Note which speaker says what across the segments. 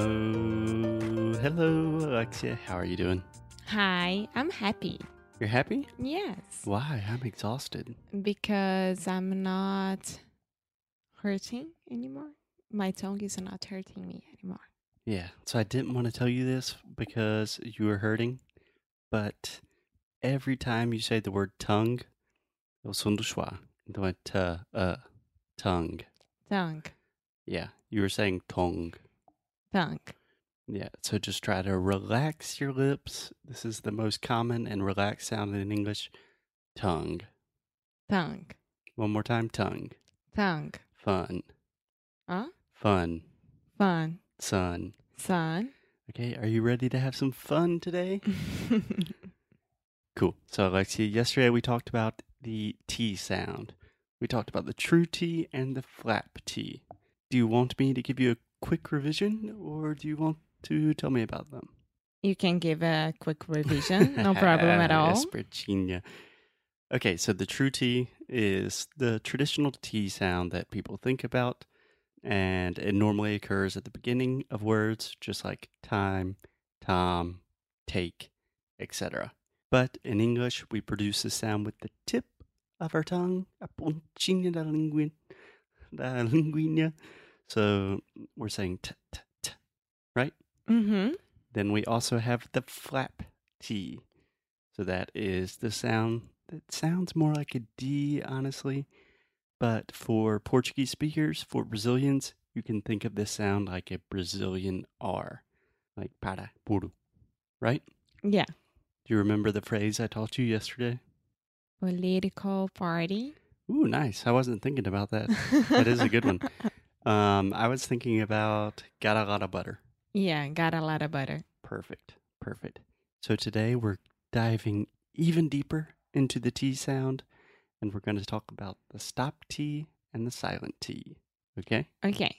Speaker 1: Hello, hello, Alexia. How are you doing?
Speaker 2: Hi, I'm happy.
Speaker 1: You're happy?
Speaker 2: Yes,
Speaker 1: Why? I'm exhausted.
Speaker 2: because I'm not hurting anymore. My tongue is not hurting me anymore.
Speaker 1: Yeah, so I didn't want to tell you this because you were hurting, but every time you say the word tongue, eu sou um do Chua. Então é t- uh, tongue.
Speaker 2: Tongue,
Speaker 1: Yeah, you were saying tongue.
Speaker 2: tongue.
Speaker 1: Yeah, so just try to relax your lips. This is the most common and relaxed sound in English. Tongue.
Speaker 2: Tongue,
Speaker 1: One more time, tongue.
Speaker 2: tongue.
Speaker 1: Fun.
Speaker 2: Huh?
Speaker 1: Fun.
Speaker 2: Fun,
Speaker 1: Sun.
Speaker 2: sun.
Speaker 1: Okay, are you ready to have some fun today? Cool. So, Alexia, yesterday we talked about the T sound. We talked about the true T and the flap T. Do you want me to give you a quick revision or do you want to tell me about them?
Speaker 2: you can give a quick revision, no problem at all.
Speaker 1: yes, Virginia. Okay, so the true T is the traditional T sound that people think about, and it normally occurs at the beginning of words, just like time, tom, take, etc. But in English, we produce the sound with the tip of our tongue, a punchina da lingui- da linguina. So we're saying t, t, t.
Speaker 2: Mm-hmm.
Speaker 1: Then we also have the flap T. So that is the sound that sounds more like a D, honestly. But for Portuguese speakers, for Brazilians, you can think of this sound like a Brazilian R, like para, puro, right?
Speaker 2: Yeah.
Speaker 1: Do you remember the phrase I taught you yesterday?
Speaker 2: Political party.
Speaker 1: Ooh, nice. I wasn't thinking about that. That is a good one. Um, I was thinking about got a lot of butter.
Speaker 2: yeah, got a lot of butter.
Speaker 1: Perfect. Perfect. So today we're diving even deeper into the T sound and we're going to talk about the stop T and the silent T. Okay?
Speaker 2: Okay.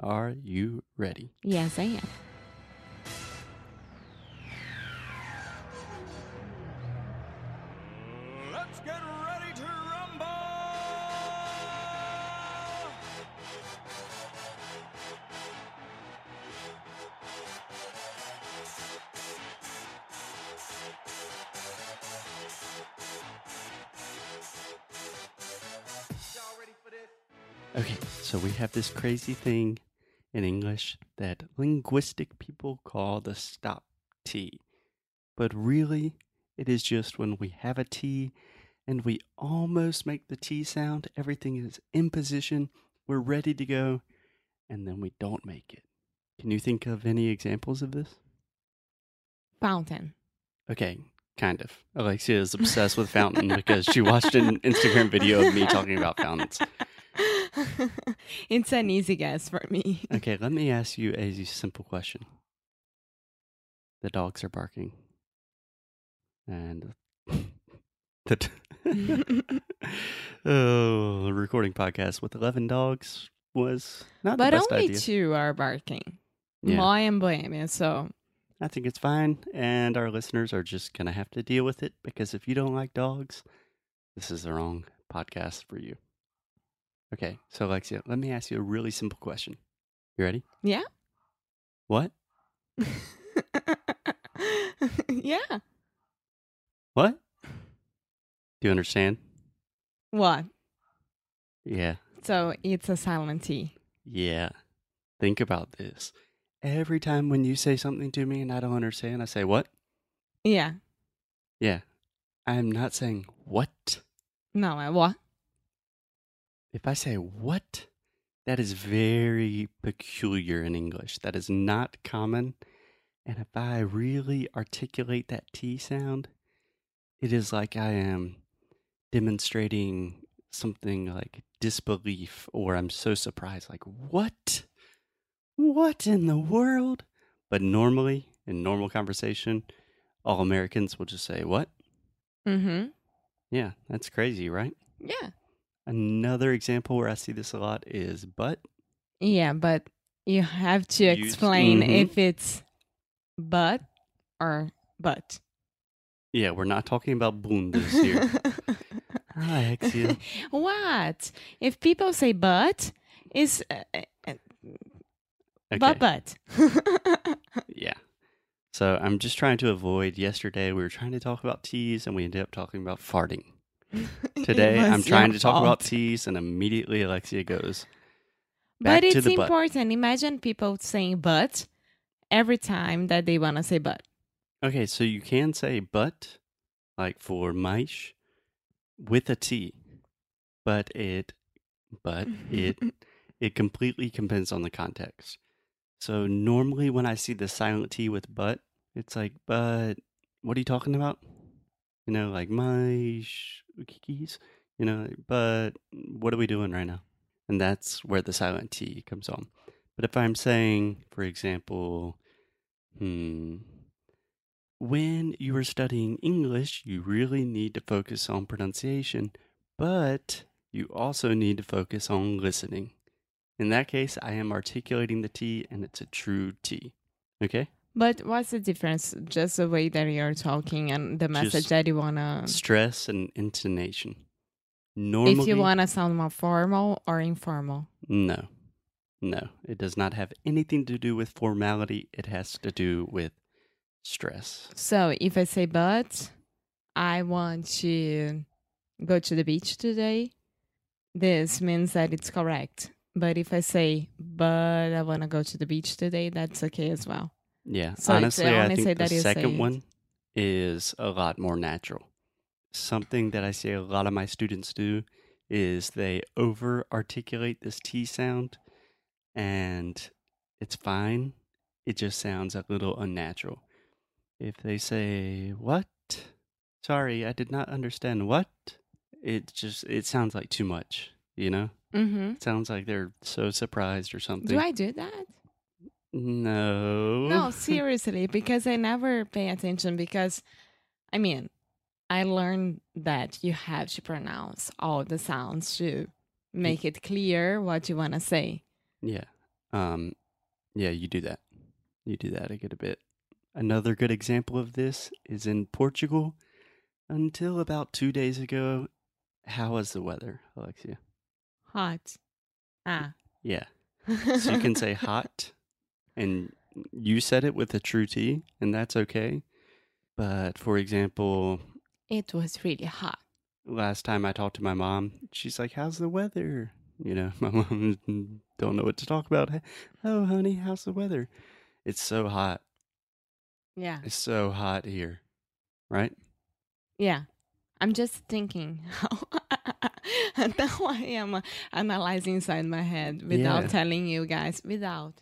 Speaker 1: Are you ready?
Speaker 2: Yes, I am.
Speaker 3: Let's get ready to rumble! Y'all ready for this?
Speaker 1: Okay, so we have this crazy thing in English that linguistic people call the stop T. But really, it is just when we have a T and we almost make the T sound, everything is in position, we're ready to go, and then we don't make it. Can you think of any examples of this?
Speaker 2: Fountain.
Speaker 1: Okay, kind of. Alexia is obsessed with fountain because she watched an Instagram video of me talking about fountains.
Speaker 2: it's an easy guess for me.
Speaker 1: Okay, let me ask you a simple question. The dogs are barking. And the t- oh, the recording podcast with 11 dogs was not
Speaker 2: but
Speaker 1: the best
Speaker 2: only
Speaker 1: idea.
Speaker 2: two are barking.
Speaker 1: Yeah.
Speaker 2: Moi and Bohemia. So,
Speaker 1: I think it's fine and our listeners are just going to have to deal with it because if you don't like dogs, this is the wrong podcast for you. Okay, so Alexia, let me ask you a really simple question. You ready?
Speaker 2: Yeah.
Speaker 1: What?
Speaker 2: yeah.
Speaker 1: What? Do you understand?
Speaker 2: What?
Speaker 1: Yeah.
Speaker 2: So it's a silent T.
Speaker 1: Yeah. Think about this. Every time when you say something to me and I don't understand, I say, What?
Speaker 2: Yeah.
Speaker 1: Yeah. I'm not saying what.
Speaker 2: No, I what?
Speaker 1: If I say what, that is very peculiar in English. That is not common. And if I really articulate that T sound, it is like I am demonstrating something like disbelief or I'm so surprised, like, what? What in the world? But normally, in normal conversation, all Americans will just say, What?
Speaker 2: Mm-hmm.
Speaker 1: Yeah, that's crazy, right?
Speaker 2: Yeah.
Speaker 1: Another example where I see this a lot is but.
Speaker 2: Yeah, but you have to
Speaker 1: Used-
Speaker 2: explain
Speaker 1: Mhm.
Speaker 2: if it's but or but.
Speaker 1: Yeah, we're not talking about bundes here. Ah, Hi, Axia.
Speaker 2: what? If people say but, it's uh, uh, uh,
Speaker 1: Okay.
Speaker 2: but but.
Speaker 1: Yeah. So I'm just trying to avoid. Yesterday, we were trying to talk about teas and we ended up talking about farting. Today, I'm trying to talk about
Speaker 2: tea.
Speaker 1: teas and immediately Alexia goes, back
Speaker 2: But
Speaker 1: to
Speaker 2: it's
Speaker 1: the but.
Speaker 2: important. Imagine people saying but every time that they want to say but.
Speaker 1: Okay, so you can say but, like for mice, with a T, but it, but
Speaker 2: Mm-hmm,
Speaker 1: it, it completely depends on the context. So normally when I see the silent T with but, it's like but, what are you talking about? You know, like mice, kikis, you know, but what are we doing right now? And that's where the silent T comes on. But if I'm saying, for example, hmm, when you are studying English, you really need to focus on pronunciation, but you also need to focus on listening. In that case, I am articulating the T and it's a true T. Okay?
Speaker 2: But what's the difference? Just the way that you're talking and the message
Speaker 1: Just-
Speaker 2: that you wanna.
Speaker 1: Stress and intonation. Normally,
Speaker 2: Oh. If you wanna sound more formal or informal.
Speaker 1: no. No, it does not have anything to do with formality. It has to do with stress.
Speaker 2: So if I say but, I want to go to the beach today. This means that it's correct. But if I say but I wanna go to the beach today, that's okay as well.
Speaker 1: Yeah,
Speaker 2: So it's-
Speaker 1: honestly,
Speaker 2: I
Speaker 1: I
Speaker 2: wanna
Speaker 1: think
Speaker 2: say
Speaker 1: the
Speaker 2: that you say
Speaker 1: second
Speaker 2: it.
Speaker 1: one is a lot more natural. Something that I see a lot of my students do is they over articulate this T sound, and it's fine. It just sounds a little unnatural. If they say, What? Sorry, I did not understand what. It just it sounds like too much, you know?
Speaker 2: Mm-hmm.
Speaker 1: It sounds like they're so surprised or something.
Speaker 2: Do I do that?
Speaker 1: No.
Speaker 2: No, seriously, because I never pay attention because I mean, I learned that you have to pronounce all the sounds to make it clear what you want to say.
Speaker 1: Yeah. Um yeah, you do that. You do that a good bit. Another good example of this is in Portugal. Until about 2 days ago, how was the weather, Alexia?
Speaker 2: Hot. Ah.
Speaker 1: Yeah. So you can say hot and you said it with a true T and that's okay. But for example,
Speaker 2: it was really hot.
Speaker 1: last time I talked to my mom, she's like, "How's the weather?" You know, my mom don't know what to talk about. Oh, honey, how's the weather? It's so hot.
Speaker 2: Yeah.
Speaker 1: It's so hot here, right?
Speaker 2: Yeah. I'm just thinking how now I am uh, analyzing inside my head without
Speaker 1: Yeah.
Speaker 2: telling you guys. Without.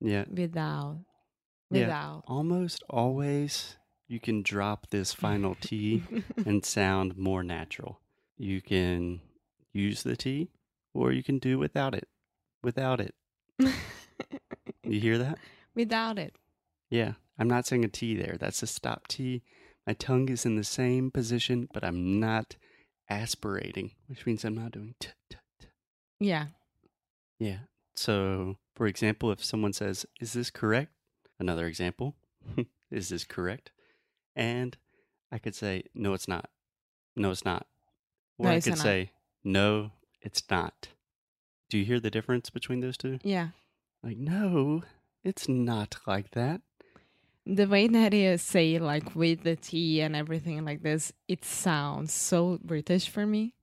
Speaker 1: Yeah.
Speaker 2: Without.
Speaker 1: Yeah.
Speaker 2: Without.
Speaker 1: Almost always, you can drop this final T and sound more natural. You can use the T, or you can do without it. Without it, you hear that?
Speaker 2: without it.
Speaker 1: Yeah, I'm not saying a T there. That's a stop T. My tongue is in the same position, but I'm not aspirating, which means I'm not doing t t t.
Speaker 2: Yeah.
Speaker 1: Yeah. So, for example, if someone says, Is this correct? Another example, Is this correct? And I could say, No, it's not. No, it's not. Or
Speaker 2: No,
Speaker 1: I
Speaker 2: it's
Speaker 1: could
Speaker 2: not.
Speaker 1: say, No, it's not. Do you hear the difference between those two?
Speaker 2: Yeah.
Speaker 1: Like, no, it's not like that.
Speaker 2: The way that you say like with the T and everything like this, it sounds so British for me.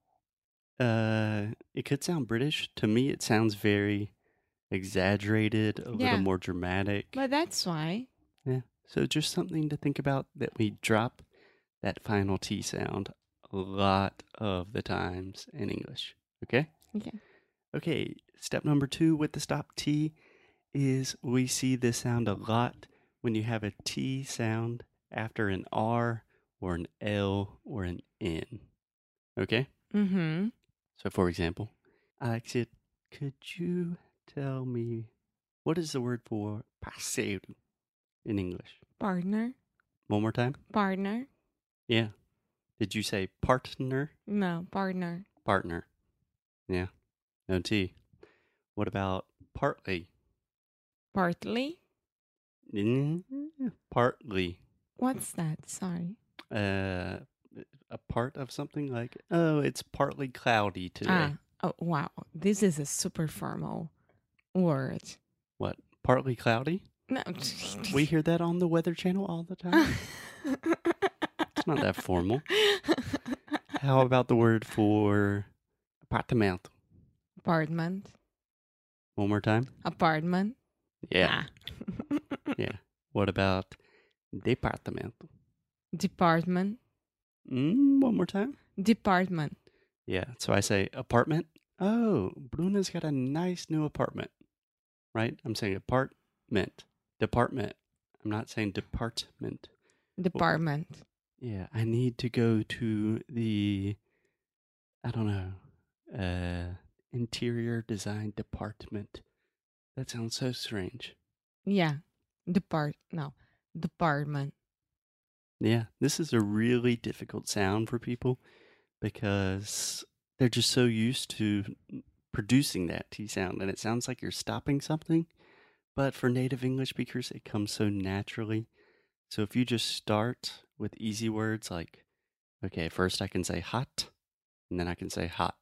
Speaker 1: Uh, it could sound British. To me, it sounds very exaggerated, a
Speaker 2: Yeah.
Speaker 1: little more dramatic.
Speaker 2: But that's why.
Speaker 1: So just something to think about that we drop that final T sound a lot of the times in English. Okay?
Speaker 2: Okay.
Speaker 1: Okay, step number two with the stop T is we see this sound a lot when you have a T sound after an R or an L or an N. Okay?
Speaker 2: Mm-hmm.
Speaker 1: So, for example, Alexia, could you tell me What is the word for parceiro in English?
Speaker 2: Partner.
Speaker 1: One more time.
Speaker 2: Partner.
Speaker 1: Yeah. Did you say partner?
Speaker 2: No, partner.
Speaker 1: Partner. Yeah. No T. What about partly?
Speaker 2: Partly.
Speaker 1: Mm, Partly.
Speaker 2: What's that? Sorry.
Speaker 1: Uh, a part of something like, oh, it's partly cloudy today.
Speaker 2: Ah, oh, wow. This is a super formal word.
Speaker 1: What? Partly cloudy?
Speaker 2: No.
Speaker 1: We hear that on the Weather Channel all the time. it's not that formal. How about the word for apartamento?
Speaker 2: Apartment.
Speaker 1: One more time.
Speaker 2: Apartment. Ah.
Speaker 1: What about departamento?
Speaker 2: Department.
Speaker 1: Mm, one more time.
Speaker 2: Department.
Speaker 1: Yeah. So I say apartment. Oh, Bruna's got a nice new apartment. Right? I'm saying apartment. Department. I'm not saying department.
Speaker 2: Department.
Speaker 1: Yeah. I need to go to the I don't know. Uh interior design department. That sounds so strange.
Speaker 2: Yeah. Depart. No. Department.
Speaker 1: Yeah, this is a really difficult sound for people because they're just so used to producing that T sound and it sounds like you're stopping something. But for native English speakers, it comes so naturally. So if you just start with easy words like, okay, first I can say hot and then I can say hot.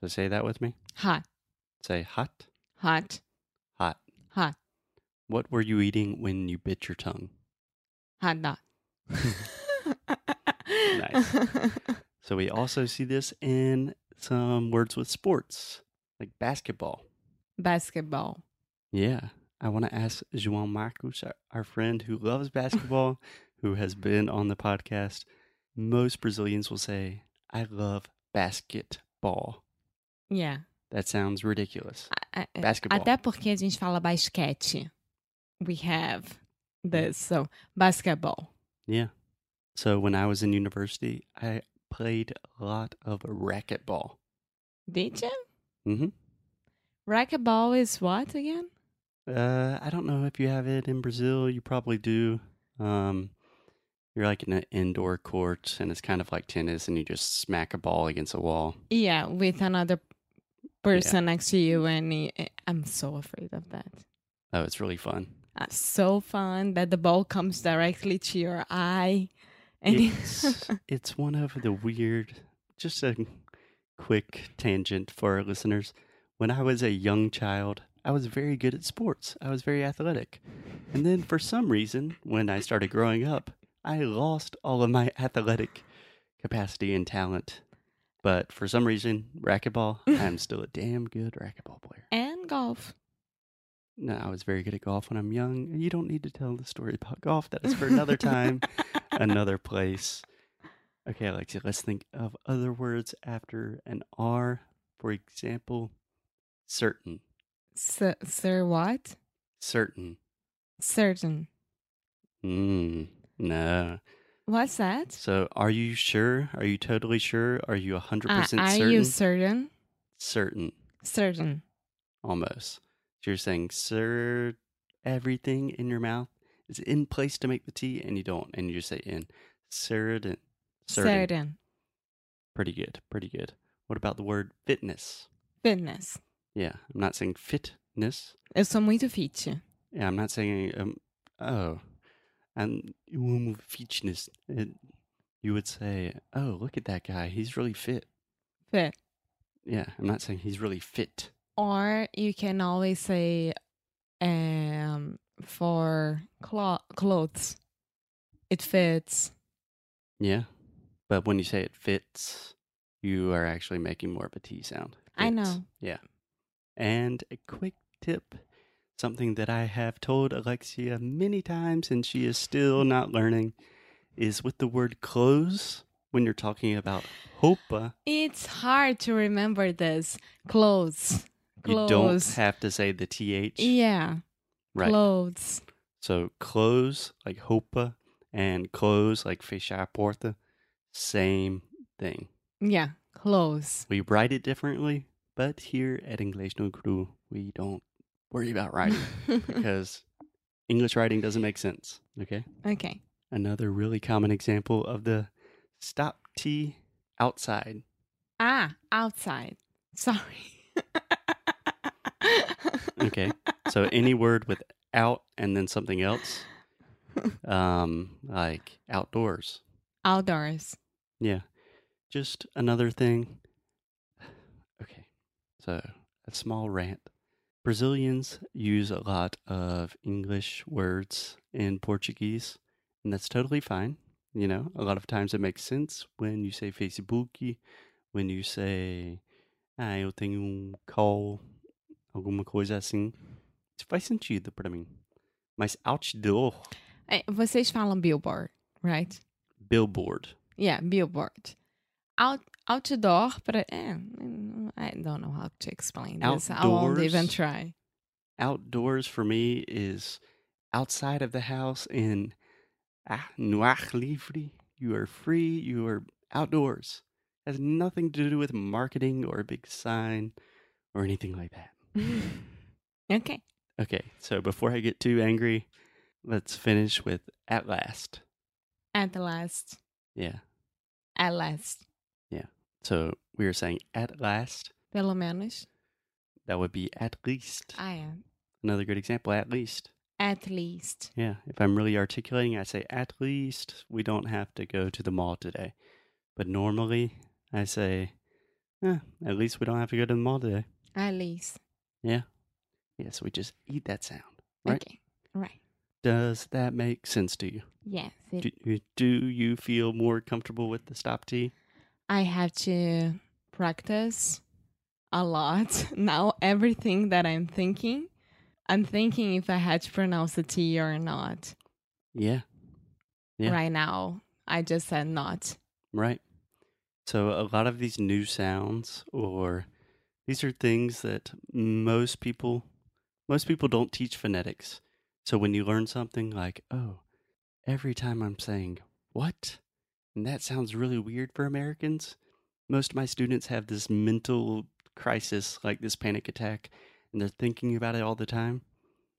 Speaker 1: So say that with me.
Speaker 2: Hot.
Speaker 1: Say hot,
Speaker 2: Hot.
Speaker 1: hot.
Speaker 2: Hot.
Speaker 1: What were you eating when you bit your tongue?
Speaker 2: Hot dog.
Speaker 1: Nice. So we also see this in some words with sports, like basketball.
Speaker 2: Basketball.
Speaker 1: Yeah. I want to ask João Marcos, our- our friend who loves basketball, who has been on the podcast. Most Brazilians will say, I love basketball.
Speaker 2: Yeah.
Speaker 1: That sounds ridiculous.
Speaker 2: A- a-
Speaker 1: Basketball.
Speaker 2: Até porque a gente fala basquete. We have this. So, basketball.
Speaker 1: Yeah. So when I was in university, I played a lot of racquetball.
Speaker 2: Did you?
Speaker 1: hmm
Speaker 2: Racquetball is what again?
Speaker 1: Uh, I don't know if you have it in Brazil. You probably do. Um, you're like in an indoor court, and it's kind of like tennis, and you just smack a ball against a wall.
Speaker 2: Yeah, with another person next to you. And i- I'm so afraid of that.
Speaker 1: Oh, it's really fun.
Speaker 2: Uh, so fun that the ball comes directly to your eye. And
Speaker 1: It's, it's one of the weird, just a quick tangent for our listeners. When I was a young child, I was very good at sports. I was very athletic. And then for some reason, when I started growing up, I lost all of my athletic capacity and talent. But for some reason, racquetball, I'm still a damn good racquetball player.
Speaker 2: and golf.
Speaker 1: No, I was very good at golf when I'm young. You don't need to tell the story about golf. That is for another time, another place. Okay, Alexia, let's think of other words after an R. For example, certain.
Speaker 2: Sir, sir what?
Speaker 1: Certain.
Speaker 2: Certain.
Speaker 1: Mm, no.
Speaker 2: What's that?
Speaker 1: So, are you sure? Are you totally sure? Are you 100%
Speaker 2: Uh,
Speaker 1: certain?
Speaker 2: are you certain?
Speaker 1: certain.
Speaker 2: Certain.
Speaker 1: Almost. So you're saying, sir, everything in your mouth is in place to make the tea, and you don't, and you just say in. Certain. Certain.
Speaker 2: Certain.
Speaker 1: Pretty good. Pretty good. What about the word fitness?
Speaker 2: Fitness.
Speaker 1: Yeah, I'm not saying fitness.
Speaker 2: Eu sou muito fit.
Speaker 1: Yeah, I'm not saying, um, oh, and um, fitness. It, eh, you would say, oh, look at that guy. He's really fit.
Speaker 2: Fit.
Speaker 1: Yeah, I'm not saying he's really fit.
Speaker 2: Or you can always say um for clo- clothes. It fits.
Speaker 1: Yeah. But when you say it fits, you are actually making more of a T sound.
Speaker 2: I
Speaker 1: Fits.
Speaker 2: know.
Speaker 1: Yeah. And a quick tip something that I have told Alexia many times and she is still not learning is with the word clothes when you're talking about hopa,
Speaker 2: It's hard to remember this. Clothes.
Speaker 1: you
Speaker 2: Clothes.
Speaker 1: don't have to say the TH.
Speaker 2: yeah.
Speaker 1: right.
Speaker 2: Clothes.
Speaker 1: So clothes like hopa and clothes like fechar porta, same thing.
Speaker 2: Yeah. Clothes.
Speaker 1: We write it differently, but here at English No Crew, we don't worry about writing because English writing doesn't make sense. Okay.
Speaker 2: okay.
Speaker 1: Another really common example of the stop T outside.
Speaker 2: Ah, outside. Sorry.
Speaker 1: Okay. so any word with out and then something else, um, like outdoors.
Speaker 2: Outdoors.
Speaker 1: Yeah. Just another thing. Okay. So a small rant. Brazilians use a lot of English words in Portuguese, and that's totally fine. You know, a lot of times it makes sense when you say Facebook, when you say, ah, eu tenho um call, alguma coisa assim. Isso faz sentido para mim. Mas outdoor,
Speaker 2: Eh, Vocês falam billboard, right?
Speaker 1: billboard.
Speaker 2: Yeah, billboard. Out outdoor, but eh, mm, I don't know how to explain this. I won't even
Speaker 1: Outdoors.
Speaker 2: try.
Speaker 1: outdoors for me is outside of the house in ah, no ar livre. You are free. You are outdoors. Has nothing to do with marketing or a big sign or anything like that.
Speaker 2: okay.
Speaker 1: Okay, so before I get too angry, let's finish with at last.
Speaker 2: At last.
Speaker 1: Yeah.
Speaker 2: At last.
Speaker 1: So we were saying at last.
Speaker 2: Pelo menos.
Speaker 1: That would be at least.
Speaker 2: I am.
Speaker 1: Another good example. At least.
Speaker 2: At least.
Speaker 1: Yeah, if I'm really articulating, I say at least we don't have to go to the mall today. But normally, I say, eh, at least we don't have to go to the mall today.
Speaker 2: At least.
Speaker 1: Yeah, so we just eat that sound. Right.
Speaker 2: Okay. Right.
Speaker 1: Does that make sense to you?
Speaker 2: Yes. it-
Speaker 1: Do, you- do you feel more comfortable with the stop T?
Speaker 2: I have to practice a lot. Now everything that I'm thinking, I'm thinking if I had to pronounce the T or not.
Speaker 1: Yeah, Yeah.
Speaker 2: Right now, I just said not.
Speaker 1: right. So a lot of these new sounds, or these are things that most people, most people don't teach phonetics. So when you learn something like, oh, every time I'm saying, what? And that sounds really weird for Americans. Most of my students have this mental crisis, like this panic attack, and they're thinking about it all the time.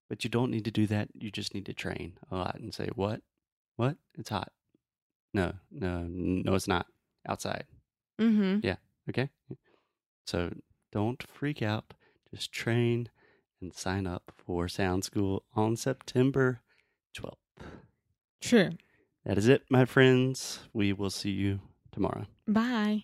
Speaker 1: But you don't need to do that. You just need to train a lot and say, what? What? It's hot. No, no, no, it's not. Outside.
Speaker 2: Mm-hmm.
Speaker 1: Okay? So don't freak out. Just train and sign up for Sound School on September 12th.
Speaker 2: True.
Speaker 1: That is it, my friends. We will see you tomorrow.
Speaker 2: Bye.